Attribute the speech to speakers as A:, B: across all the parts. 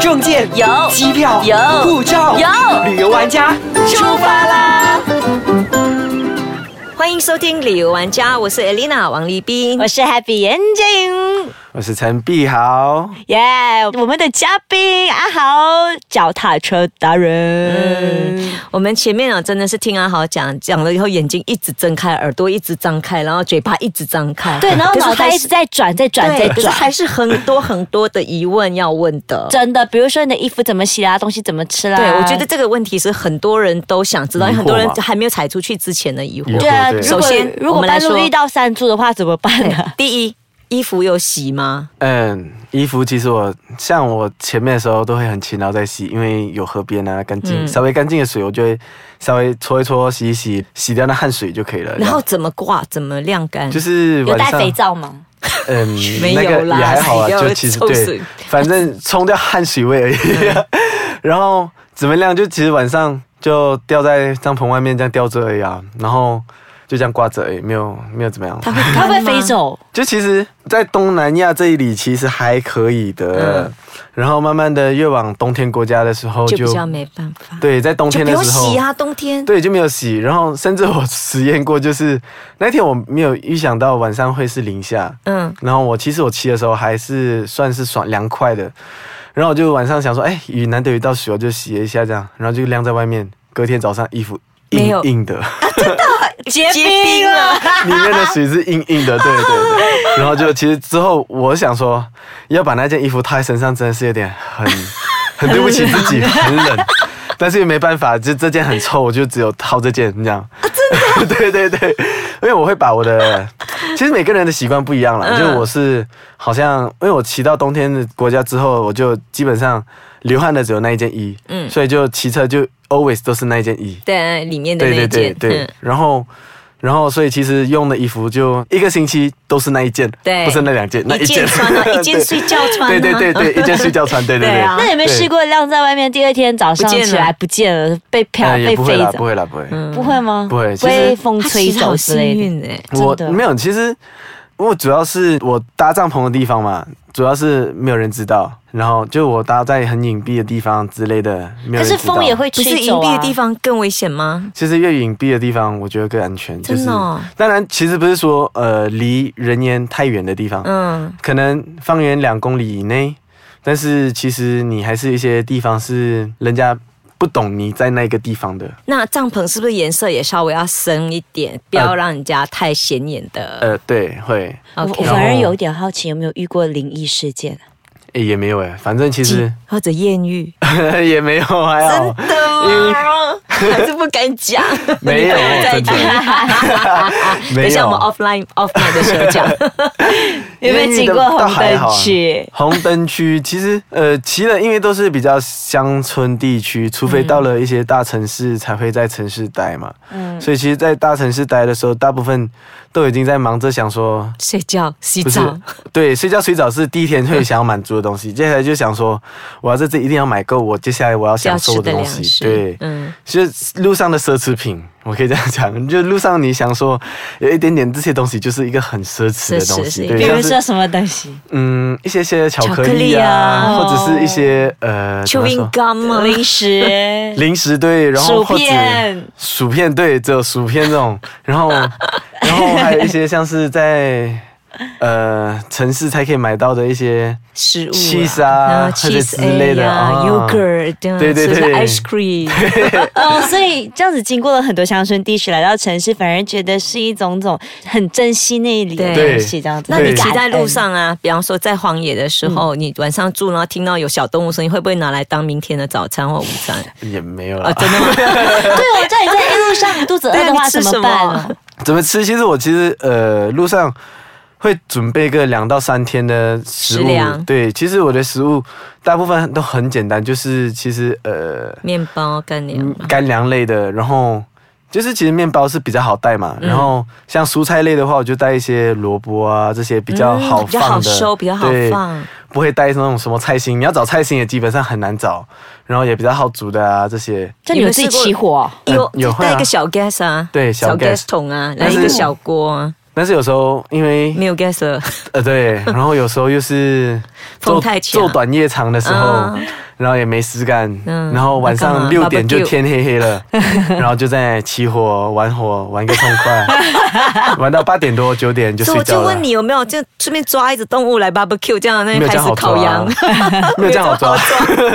A: 证件
B: 有
A: 机票
B: 有
A: 护照
B: 有
A: 旅游玩家
B: 出发啦！欢迎收听《旅游玩家》，我是 Elena 王立斌
C: 我。是 Happy 眼睛，
D: 我是陈碧豪，
C: 耶、我们的嘉宾阿豪，脚踏车达人。
B: 我们前面啊，真的是听阿豪讲讲了以后，眼睛一直睁开，耳朵一直张开，然后嘴巴一直张开，
C: 对，然后
B: 可是
C: 脑
B: 还
C: 袋一
B: 是
C: 直在转，在转，在
B: 对，可是
C: 转。
B: 还是很多很多的疑问要问的。
C: 真的，比如说你的衣服怎么洗啊啦，东西怎么吃啦？
B: 对，我觉得这个问题是很多人都想知道，
D: 疑惑
B: 因为很多人
D: 嘛
B: 还没有踩出去之前的疑惑。
D: 疑惑
C: 对啊。
D: 对
C: 如
B: 首
C: 果
B: 先
C: 如
B: 我
C: 果
B: 们来
C: 半路
B: 说
C: 遇到山猪的话，怎么办啊呢？
B: 第一，衣服有洗吗？
D: 嗯，衣服其实我像我前面的时候都会很勤劳在洗，因为有河边啊，干净、
B: 嗯
D: 稍微干净的水，我就会稍微搓一搓，洗一洗，洗掉那汗水就可以了。
B: 然
D: 这
B: 后
D: 样
B: 怎么挂？怎么晾干？
D: 啊就是
C: 有
D: 晚
C: 带
D: 上
C: 肥，皂 吗？
D: 嗯，
B: 没有
D: 那个
B: 啦
D: 也还好
B: 洗
D: 啊，
B: 掉
D: 就其实
B: 臭水
D: 对，反正冲掉汗水味 而已。然后怎么晾？就其实晚上就吊在帐篷外面这样吊着而已啊，然后就这样挂着而已，没有没有怎么样。
B: 它会
C: 它会
B: 干
C: 不会
B: 吗
C: 飞走？
D: 就其实，在东南亚这里其实还可以的，
B: 嗯
D: 然后慢慢的越往冬天国家的时候
B: 就
D: 就
B: 比较没办法。
D: 对，在冬
B: 就
D: 天
B: 不
D: 的
B: 用
D: 时候
B: 洗啊，冬天。
D: 对就没有洗，然后甚至我实验过，就是那天我没有预想到晚上会是零下，
B: 嗯，
D: 然后我其实我骑的时候还是算是爽凉快的，然后我就晚上想说，哎，雨难得有一道水，我就洗了一下这样，然后就晾在外面，隔天早上衣服
B: 没
D: 硬
B: 有
D: 硬的。
B: 结
C: 冰
B: 了。
D: 里面的水是硬硬的，对对对。然后就其实之后，我想说，要把那件衣服套在身上，真的是有点很 很对不起自己，很冷。但是也没办法，就这件很臭，我就只有套这件这样。真的？ 对对对，因为我会把我的，其实每个人的习惯不一样啦。
B: 嗯
D: 就是我是好像，因为我骑到冬天的国家之后，我就基本上流汗的只有那一件衣，
B: 嗯
D: 所以就骑车就 always 都是那一件衣。
B: 对，里面的
D: 对
B: 那
D: 对
B: 一
D: 对
B: 件，
D: 对
B: 嗯，
D: 然后。然后，所以其实用的衣服就一个星期都是那一件，
B: 对
D: 不是那两件，那
B: 一件 穿啊一件睡觉穿啊
D: 对对对 对，一件睡觉穿，对对呃
B: 对
D: 对。
B: 啊
C: 那你有没有
D: 对
C: 试过晾在外面，第二天早上
B: 不见了
C: 起来不见了，被飘
D: 呃也
C: 被
D: 不会
C: 飞
D: 啦，不
C: 走？嗯
D: 会啦，不会。
B: 嗯
C: 不会吗？
D: 不会其实
C: 被风吹
B: 他其实
C: 走
B: 好
C: 之
B: 幸
C: 类的。
B: 运哎。
D: 我
C: 真的
D: 没有，其实我主要是我搭帐篷的地方嘛，主要是没有人知道，然后就我搭在很隐蔽的地方之类的，没有人
C: 可
D: 知
C: 是
D: 道。
C: 风也会
B: 不
C: 吹走、啊、
B: 是隐蔽的地方更危险吗？
D: 其实越隐蔽的地方，我觉得更安全。
B: 真的哦
D: 就是、当然，其实不是说呃离人烟太远的地方，
C: 啊
B: 嗯，
D: 可能方圆两公里以内，但是其实你还是一些地方是人家不懂你在那个地方的。
B: 那帐篷是不是颜色也稍微要深一点，不要让人家太显眼的
D: 呃，对，会，
C: 我我
B: ？OK，
D: 然后
C: 反而有一点好奇，有没有遇过灵异事件？
D: 诶也没有诶，反正其实
B: 或者艳遇，
D: 也没有，还好，
B: 真的吗？还是不敢讲，
D: 没有
B: 再
D: 真 的
B: 听。等一
D: 没
B: 下我
D: 有
B: 们哦 offline offline 的时 候讲。
C: 有没有经过红灯区？
D: 红灯区其实呃，骑的因为都是比较乡村地区，除非到了一些大城市才会在城市待嘛。嗯，所以其实，在大城市待的时候，大部分都已经在忙着想说，
B: 睡觉、洗
D: 不是
B: 澡，
D: 对睡觉水澡是第一天会想要满足的东 西，接下来就想说，我要在这一定要买够，我接下来我要
B: 要
D: 享
B: 吃
D: 受的
B: 的粮
D: 东西，
B: 食，
D: 对，
B: 嗯，
D: 就是路上的奢侈品，我可以这样讲。就路上你想说有一点点这些东西，就是一个很奢侈的东
B: 奢侈是
D: 西，
B: 一
D: 对，
C: 比
D: 像
C: 如
D: 是
C: 说什么东 西？
D: 嗯，一些些巧克
B: 巧克力
D: 力
B: 啊
D: 啊，或者是一些呃怎么说
B: chewing gum 啊
C: 零 食
D: 零食对，然后
C: 薯
D: 或者
C: 片
D: 薯片对，只有薯片这 种，然后然后还有一些像是在呃城市才可以买到的一些
B: 食物啊
D: cheese 啊
B: 嗯
D: 或者
B: ，cheese
D: 之类的
B: A 啊
D: 啊
B: ，yogurt，
D: 对对对
B: ，ice cream，
C: 哦，所以这样子经过了很多乡村地区，来到城市，反而觉得是一种种很珍惜那里的
B: 对
C: 东西，这样子。
B: 那你
D: 对
B: 骑
C: 感
B: 在
C: 恩
B: 路，上啊，比方说在荒野的时候，你晚上住，然后听到有小动物声音，会不会拿来当明天的早餐或午餐？
D: 也没有
B: 啊，
D: 了。
B: 真的吗？
C: 对我叫你在路上肚子饿的
B: 对啊
C: 话
B: 你吃
C: 怎
B: 什
C: 么
B: 么
C: 办？
D: 怎么吃？其实我其实呃路上会准备个两到三天的食
B: 食
D: 物
B: 粮
D: 对，其实我的食物大部分都很简单，就是其实呃
B: 面包干粮啊
D: 嗯
B: 嘛，
D: 干粮类的，然后。就是其实面包是比较好带嘛，
B: 嗯
D: 然后像蔬菜类的话，我就带一些萝卜啊这些比较
B: 嗯
D: 好
B: 比较好
D: 放的，
B: 收，比较好
D: 对
B: 放。
D: 不会带那种什么菜心，你要找菜心也基本上很难找，然后也比较好煮的啊这些。
C: 就你们自己起火哦，
D: 嗯
B: 有
D: 有
B: 就
D: 会啊
B: 带一个小 gas 啊，
D: 对小 gas
B: 桶啊，来
D: 但
B: 一
D: 是
B: 个小锅啊，
D: 但是有时候因为
B: 没有 gas 了，
D: 呃对，然后有时候又 是
B: 风
D: 做
B: 太强
D: 做短夜长的时候，
B: 嗯
D: 然后也没事干，
B: 嗯
D: 然后晚
B: 那干
D: 上
B: 嘛
D: 六点就
B: Barbecue
D: 天黑黑了，然后就在起火玩火玩个痛快，玩到八点多九点就
B: 所以
D: 睡
B: 我就
D: 觉了
B: 问。你有没有就顺便抓一只动物来 barbecue，这样那
D: 没有
B: 边
D: 这
B: 开
D: 样好
B: 始
D: 抓
B: 烤羊，
D: 啊，没有这样好抓。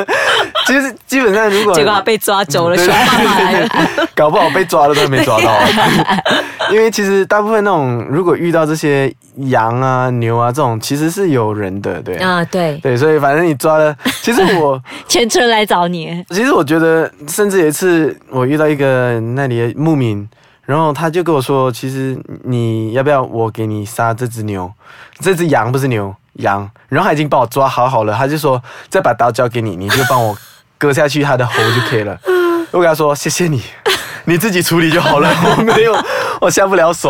D: 其实基本上如果
B: 结果他被抓走了，
D: 对
B: 熊
D: 对
B: 爸爸来
D: 对
B: 了。
D: 对 搞不好被抓了都还没抓 到。啊因为其实大部分那种如果遇到这些羊啊、牛啊这种，其实是有人的，对。
B: 啊，对，
D: 对，所以反正你抓了，其实我，，
C: 全村来找你
B: 嗯
D: 其实我觉得，甚至有一次我遇到一个那里的牧民，然后他就跟我说，其实你要不要我给你杀这只牛，这只羊不是牛，羊，然后他已经帮我抓好好了，他就说再把刀交给你，你就帮我割下去它的喉就可以了。我跟他说谢谢你， 你自己处理就好了，我没有，我下不了手。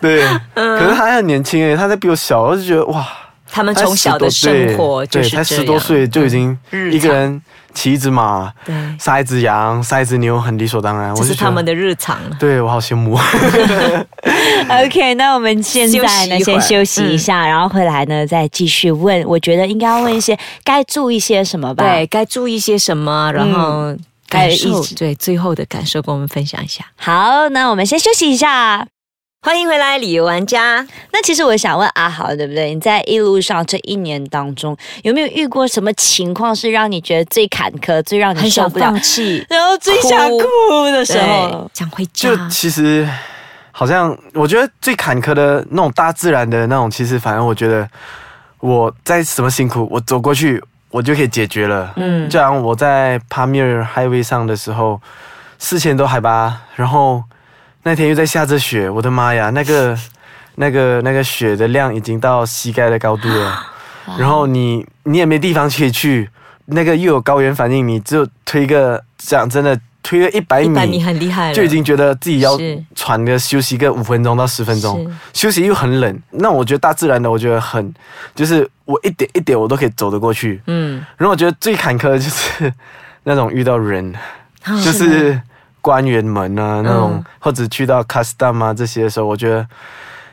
D: 对，可是他还很年轻诶，欸他在比我小，我就觉得哇。
B: 他们从小的生活就
D: 对，对
B: 是这
D: 他
B: 样。嗯
D: 十多岁就已经
B: 日
D: 一个人骑一只马
B: 对，
D: 杀一只羊，杀一只牛，很理所当然。
B: 这是他们
D: 的，
B: 的日常了。
D: 对我好羡慕。
C: OK，那我们现在呢，
B: 休息一会
C: 先
B: 儿嗯
C: 休息一下，然后回来呢再继续问。我觉得应该要问一些该注意些什么吧。
B: 对，，该注意些什么，然后
C: 还
B: 感
C: 有
B: 受
C: 一，直
B: 嗯对最后的感受跟我们分享一下。
C: 好，那我们先休息一下。
B: 欢迎回来，旅游玩家。
C: 那其实我想问阿豪，对不对？你在一路上这一年当中，有没有遇过什么情况是让你觉得最坎坷、最让你
B: 很
C: 受
B: 想
C: 不了
B: 放，弃
C: 然后最想哭的时候？
B: 想回家
D: 就。其实好像我觉得最坎坷的那种大自然的那种，其实反而我觉得我在什么辛苦，我走过去我就可以解决了。
C: 嗯，
D: 就像我在帕米尔 highway 上的时候，四千多海拔，然后那天又在下着雪，我的妈呀，那个 那个那个雪的量已经到膝盖的高度
B: 啊
D: 了，然后你你也没地方可以去，那个又有高原反应，你就推个讲真的推个一百
B: 一百米
D: 米。
B: 很厉害了，
D: 就已经觉得自己要
B: 是
D: 喘个休息个五分钟到十分钟
B: 是，
D: 休息又很冷。那我觉得大自然的，我觉得很，就是我一点一点我都可以走得过去。
B: 嗯，
D: 然后我觉得最坎坷的就是那种遇到人，
B: 啊
D: 就是是官员们啊那
B: 嗯
D: 种，或者去到 custom 啊这些的时候，我觉得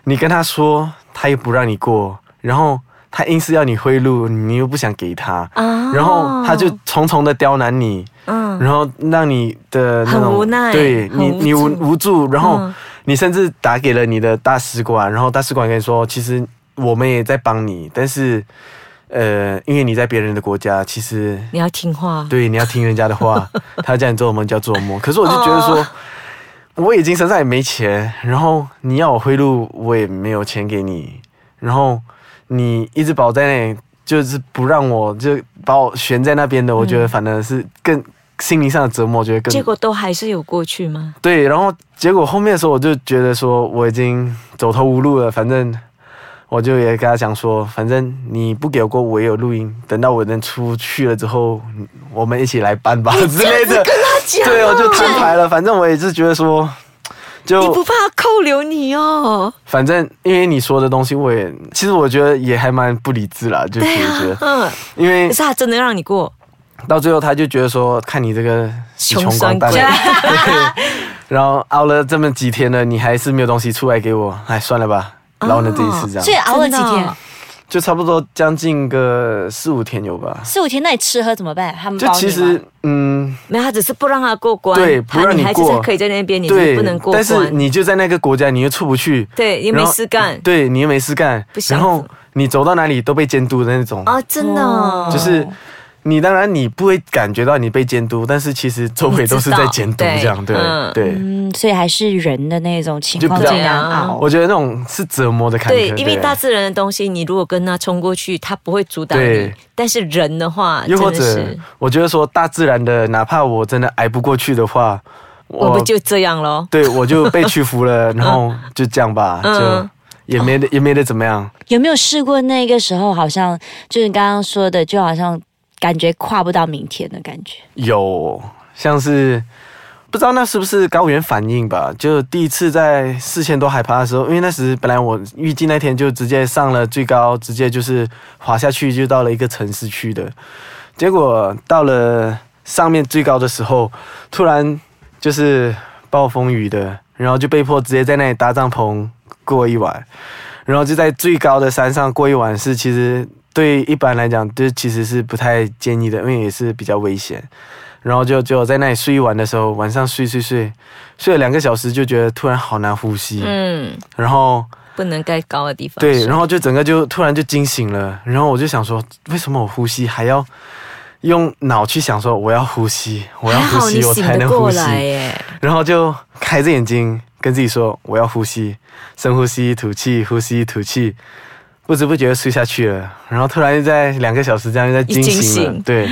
D: 你跟他说，他又不让你过，然后他硬是要你贿赂，你又不想给他，
B: 啊
D: 然后他就重重的刁难你，
B: 嗯
D: 然后让你的那种
B: 很无奈
D: 对
B: 很
D: 你
B: 无
D: 你无
B: 助
D: 无助，然后
B: 嗯
D: 你甚至打给了你的大使馆，然后大使馆跟你说，其实我们也在帮你，但是呃，因为你在别人的国家，其实
B: 你要听话。
D: 对你要听人家的话，他叫你做什么你就要做什么。可是我就觉得说。我已经身上也没钱，然后你要我贿赂，我也没有钱给你，然后你一直把我在那里，就是不让我就把我悬在那边的，我觉得反而是更心灵上的折磨，我觉得更
B: 结果都还是有过去吗？
D: 对，然后结果后面的时候，我就觉得说我已经走投无路了，反正我就也跟他讲说，反正你不给我过，我也有录音，等到我能出去了之后，我们一起来办吧之类的。对，我就摊牌了，反正我也是觉得说，
B: 你
D: 就
B: 不怕扣留你哦？
D: 反正因为你说的东西，我也其实我觉得也还蛮不理智啦，就
B: 对
D: 是觉
B: 啊
D: 得，，
B: 嗯，
D: 因为
B: 可是他真的让你过，
D: 到最后他就觉得说，看你这个死
B: 穷
D: 光
B: 酸
D: 蛋，
B: 鬼
D: 对然后熬了这么几天了，你还是没有东西出来给我，哎，算了吧，
B: 哦
D: 捞了这一次这
C: 所以
D: 样，
C: 熬了几
B: 真
C: 天
B: 的哦，
D: 就差不多将近个四五天有吧。
C: 四五天，那你吃喝怎么办？他们
D: 就
C: 包你
D: 其
C: 吗
D: 实，嗯，
B: 没有，他只是不让他过关，
D: 对不让
B: 他
D: 你
B: 还是
D: 过
B: 可以在那边，你是
D: 对
B: 不能，过
D: 但是
B: 关。
D: 你就在那个国家，你又出不去，
B: 对，也没
D: 然后
B: 事干。
D: 对你又没事干
B: 不，想
D: 然后你走到哪里都被监督的那种，
B: 啊，真的哦、
C: 哦
D: 就是你当然你不会感觉到你被监督，但是其实周围都是在监督
B: 你知
D: 这
B: 道
D: 样，对
B: 对嗯
D: 对。
C: 嗯，所以还是人的那种情况
D: 就比较
C: 最难熬。
D: 我觉得那种是折磨的坎坷。
B: 哦对，因为大自然的东西，你如果跟它冲过去，它不会阻挡你
D: 对。
B: 但是人的话，
D: 又
B: 真
D: 或
B: 的
D: 者
B: 是，
D: 我觉得说大自然的，哪怕我真的挨不过去的话，
B: 我不就这样 咯。
D: 对我就被屈服 了，然后就这样吧，
B: 嗯
D: 就也没得也没得怎么样。
C: 有没有试过那个时候，好像就是刚刚说的，就好像感觉跨不到明天的感觉？
D: 有像是不知道那是不是高原反应吧？就第一次在四千多海拔的时候，因为那时本来我预计那天就直接上了最高，直接就是滑下去就到了一个城市区的，结果到了上面最高的时候，突然就是暴风雨的，然后就被迫直接在那里搭帐篷过一晚，然后就在最高的山上过一晚是其实对一般来讲就其实是不太建议的，因为也是比较危险。然后就就在那里睡一晚的时候，晚上睡睡睡，睡了两个小时就觉得突然好难呼吸，
B: 嗯，
D: 然后
B: 不能盖高的地方。
D: 对，
B: 是
D: 然后就整个就突然就惊醒了，然后我就想说，为什么我呼吸还要用脑去想说我要呼吸，我要
B: 还
D: 呼
B: 好你
D: 吸，我
B: 醒
D: 才
B: 得
D: 能
B: 过
D: 呼吸，
B: 来耶，
D: 然后就开着眼睛跟自己说我要呼吸，深呼吸，吐气，呼吸，吐气，不知不觉睡下去了，然后突然又在两个小时这样又在惊
B: 一惊
D: 醒了，
B: 醒
D: 对，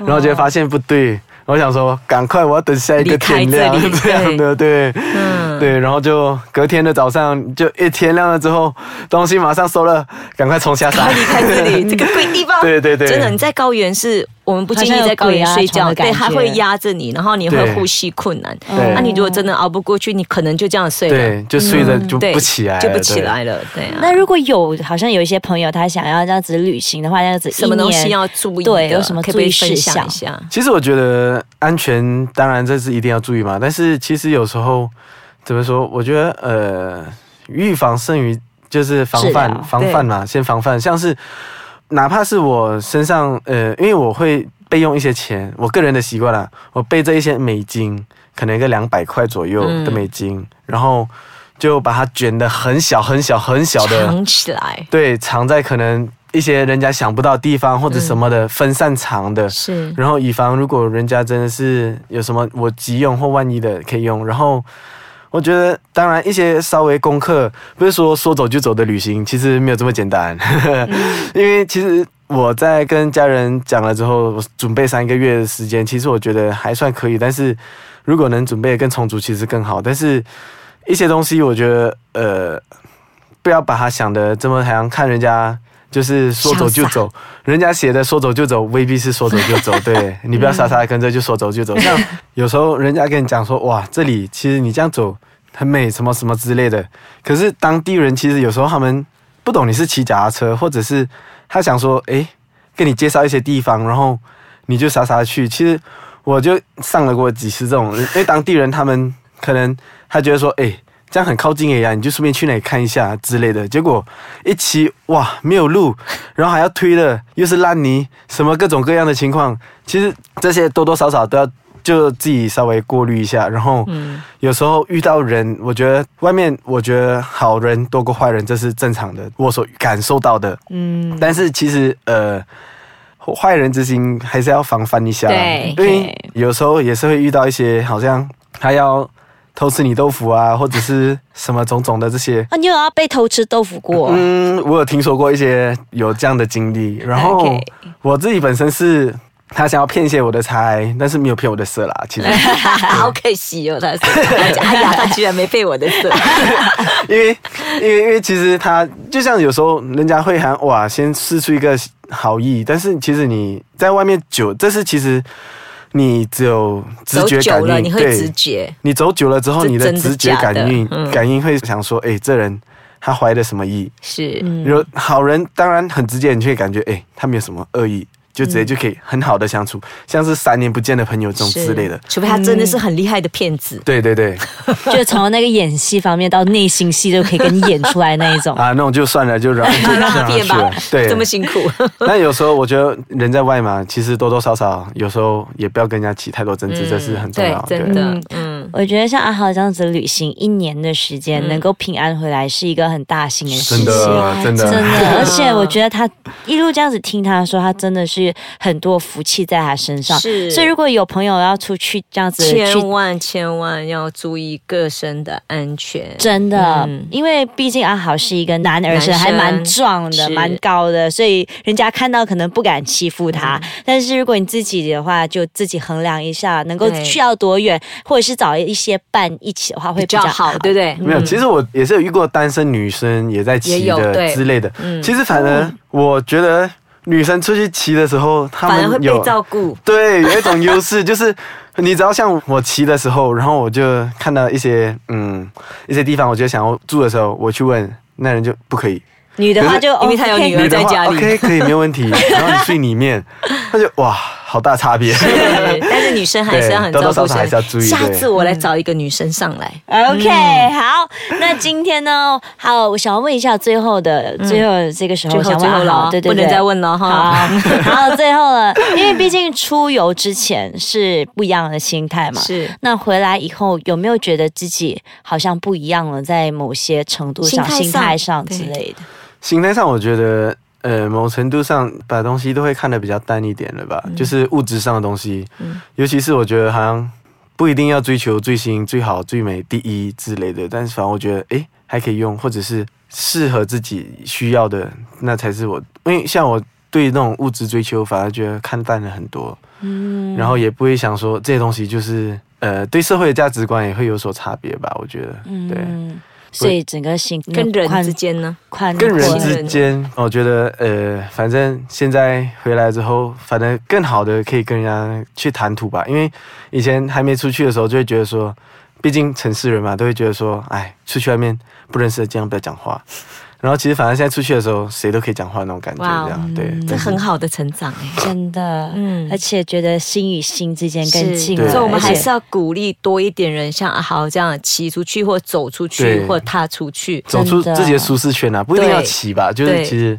D: 然后就发现不对。我想说，赶快，我要等下一个
B: 离开
D: 天亮
B: 这里，
D: 这样的，对，
B: 嗯，
D: 对，然后就隔天的早上，就一天亮了之后，东西马上收了，赶快冲下山。
B: 离开这里，这个鬼地方。
D: 对对对
B: 真的你啊在高原是我们不建
C: 好
B: 议
C: 像有
B: 在高原睡觉，
C: 鬼压床的感
B: 对，
C: 觉嗯
B: 它会压着你，然后你
D: 对
B: 会呼吸困难。
D: 对
B: 那、你如果真的熬不过去，你可能就这样睡了，
D: 对，就睡着就
B: 嗯对，
D: 不起来了，
B: 就不起
D: 对。
B: 来了，对啊。
C: 那如果有好像有一些朋友他想要这样子旅行的话，这样子一
B: 什么东西
C: 年
B: 要注意的？
C: 对有什么
B: 可不可以
C: 注意
B: 分
C: 事项
B: 享一下？
D: 其实我觉得安全，当然这是一定要注意嘛。但是其实有时候怎么说？我觉得呃，预防胜于就是防
C: 治
D: 范，
C: 疗
D: 防范嘛，先防范。像是哪怕是我身上呃，因为我会备用一些钱，我个人的习惯啦，我备这一些美金，可能一个两百块左右的美金，然后就把它卷的很小很小很小的
B: 藏起来
D: 对，藏在可能一些人家想不到的地方或者什么的、分散藏的，
B: 是
D: 然后以防如果人家真的是有什么我急用或万一的可以用，然后。我觉得，当然一些稍微功课，不是说说走就走的旅行，其实没有这么简单。 因为其实我在跟家人讲了之后，我准备三个月的时间，其实我觉得还算可以。但是如果能准备得更充足，其实更好。但是一些东西，我觉得呃，不要把它想的这么好像看人家就是说走就走，人家写的说走就走未必是说走就走，对你不要傻傻的跟着就说走就走。像有时候人家跟你讲说哇，这里其实你这样走很美，什么什么之类的，可是当地人其实有时候他们不懂你是骑脚踏车，或者是他想说诶，跟你介绍一些地方，然后你就傻傻地去，其实。我就上了过几次这种，因为当地人他们可能他觉得说，哎、这样很靠近哎呀，你就顺便去那里看一下之类的。结果一骑哇，没有路，然后还要推的，又是烂泥，什么各种各样的情况。其实这些多多少少都要就自己稍微过滤一下。然后有时候遇到人，我觉得外面我觉得好人多过坏人，这是正常的，我所感受到的。嗯，但是其实呃。坏人之心还是要防范一下啦，
B: 对
D: 因为
C: 对
D: 有时候也是会遇到一些好像他要偷吃你豆腐啊，或者是什么种种的这些。
C: 啊，你有要被偷吃豆腐过？
D: 嗯，我有听说过一些有这样的经历，然后
C: OK
D: 我自己本身是他想要骗一些我的财，但是没有骗我的色啦，其实，
B: 好可惜哦，他是，哎呀，他居然没被我的色。
D: 因为因为因为其实他就像有时候人家会喊哇，先试出一个好意，但是其实你在外面久，这是其实你只有 直
B: 走
D: 觉
B: 久
D: 感
B: 了
D: 应，
B: 你会
D: 对
B: 直觉，
D: 你走久了之后，
B: 这
D: 你的
B: 真的
D: 直觉
B: 假
D: 感
B: 的
D: 应、
B: 嗯
D: 感应会想说，哎，这人他怀的什么意？
B: 是，
C: 嗯
D: 有好人当然很直接，你就会感觉，哎，他没有什么恶意，就直接就可以很好的相处，像是三年不见的朋友这种
B: 嗯是
D: 之类的。
B: 除非他真的是很厉害的骗子。
D: 对对对，
C: 就从那个演戏方面到内心戏都可以给你演出来那一 种。
D: 啊，那种就算了，就让就让
B: 让
D: 他
B: 他
D: 去
B: 骗
D: 了
B: 吧。，
D: 对，
B: 这么辛苦，
D: 但有时候我觉得人在外嘛，其实多多少少有时候也不要跟人家起太多争执，这是很重要的。
B: 嗯对，真的，嗯，
C: 我觉得像阿豪这样子旅行一年的时间，能够平安回来是一个很大幸的
D: 嗯
C: 事
D: 真
C: 情。
D: 的，啊真
C: 真
D: 的，
C: 的，而且我觉得他一路这样子听他说，他真的是很多福气在他身上。
B: 是
C: 所以如果有朋友要出去这样子去
B: 千万千万要注意个身的安全。
C: 真的，
B: 嗯
C: 因为毕竟阿豪是一个男儿身，
B: 男生
C: 还蛮壮的，
B: 是
C: 蛮高的，所以人家看到可能不敢欺负他。
B: 嗯
C: 但是如果你自己的话，就自己衡量一下，能够
B: 对
C: 去到多远，或者是找一些伴一起的话，
B: 比
C: 会比较
B: 较
C: 好
B: 好，。嗯对不对？
D: 没有，其实我也是有遇过单身女生也在骑
B: 也有
D: 的
B: 对嗯哦
D: 之类的。其实反而我觉得女生出去骑的时候，她
B: 反而会
D: 们
B: 被
D: 有
B: 照顾。
D: 对有一种优势，就是你只要像我骑的时候，然后我就看到一些嗯一些地方，我就想要住的时候，我去问那人就不可以。
C: 女的话就
B: 因为他有
C: OK
B: 女儿在家里
D: OK 可以没有问题。然后你睡里面，他就哇，好大差别。
B: 对但是是女生还是要很
D: 对
B: 照
D: 多多少
B: 顾身
D: 少还是要注意
B: 体。下
D: 对
B: 次我来找一个女生上来，
C: OK，、好，
B: 嗯
C: 那今天呢？好，我想要问一下最后的、最后这个时
B: 嗯
C: 候，
B: 最后
C: 想问
B: 最后了
C: 啊
B: 哦
C: 好对对对，
B: 不能再问了哈
C: 好， 好，最后了，因为毕竟出游之前是不一样的心态嘛。
B: 是
C: 那回来以后有没有觉得自己好像不一样了，在某些程度上、心
B: 心态上
C: 态
B: 对
C: 上之类的？
D: 心态上，我觉得，呃，某程度上把东西都会看得比较淡一点了吧，就是物质上的东西，尤其是我觉得好像不一定要追求最新、最好、最美、第一之类的，但是反正我觉得，诶，还可以用，或者是适合自己需要的，那才是我。因为像我对那种物质追求，反而觉得看淡了很多，嗯，然后也不会想说这些东西就是，呃，对社会的价值观也会有所差别吧，我觉得，对。
C: 嗯，所以整个心
B: 跟人
C: 宽
B: 之间呢？
C: 宽
D: 跟人
C: 阔
D: 之间，我觉得呃，反正现在回来之后，反正更好的可以跟人家去谈吐吧。因为以前还没出去的时候，就会觉得说，毕竟城市人嘛，都会觉得说，哎，出去外面不认识的，尽量不要讲话。然后其实反正现在出去的时候，谁都可以讲话那种感觉，
B: 哇哦
D: 这样对，
B: 这
D: 但是
B: 很好的成长哎。
C: 真的，
B: 嗯，
C: 嗯而且觉得心与心之间更
B: 是
C: 近
D: 对
C: 了，
B: 所以我们还
C: 而且
B: 是要鼓励多一点人，像阿豪这样骑出去，或走出去，
D: 对
B: 或踏出去。
D: 走出
C: 真的
D: 自己的舒适圈啊，不一定
B: 对
D: 要骑吧，就是
B: 对
D: 其实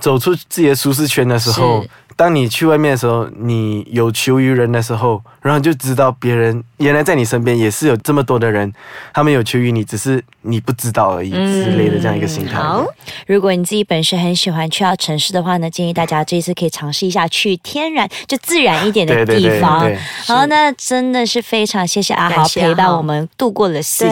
D: 走出自己的舒适圈的时候
B: 是，
D: 当你去外面的时候，你有求于人的时候，然后你就知道别人原来在你身边也是有这么多的人，他们有求于你，只是你不知道而已之类的这样一个心态。
B: 嗯好，
C: 如果你自己本身很喜欢去到城市的话呢，建议大家这一次可以尝试一下去天然就自然一点的
D: 对对对
C: 地方
D: 对对。
C: 好，那真的是非常谢谢阿豪
B: 感谢阿豪
C: 陪到我们度过了四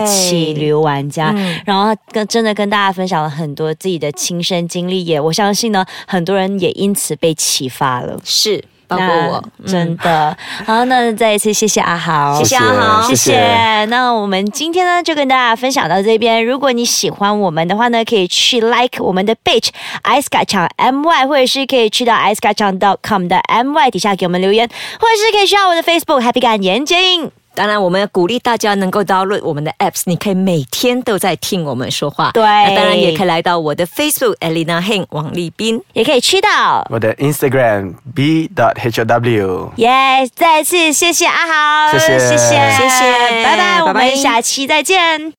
B: 对
C: 期旅游玩家，
B: 嗯
C: 然后跟真的跟大家分享了很多自己的亲身经历，也我相信呢，很多人也因此被启发了。
B: 是包括
C: 那
B: 我，嗯
C: 真的。好，那再一次谢谢阿豪，
B: 谢谢啊阿豪
C: 谢
D: 谢
C: 谢
D: 谢。
C: 那我们今天呢，就跟大家分享到这边。如果你喜欢我们的话呢，可以去 like 我们的 page ice 卡场 my，或者是可以去到 ice 卡场 .com 的 my 底下给我们留言，或者是可以去到我的 Facebook Happy 感言接应。
B: 当然，我们鼓励大家能够 download 我们的 apps，你可以每天都在听我们说话。
C: 对
B: 那当然也可以来到我的 Facebook Elena Heng 王立斌。
C: 也可以去到。
D: 我的 Instagram b dot h o w。
C: 耶、再次谢谢阿豪，
D: 谢谢
C: 谢谢，
B: 谢谢
C: 拜拜，我
B: 拜拜
C: 们下期再见。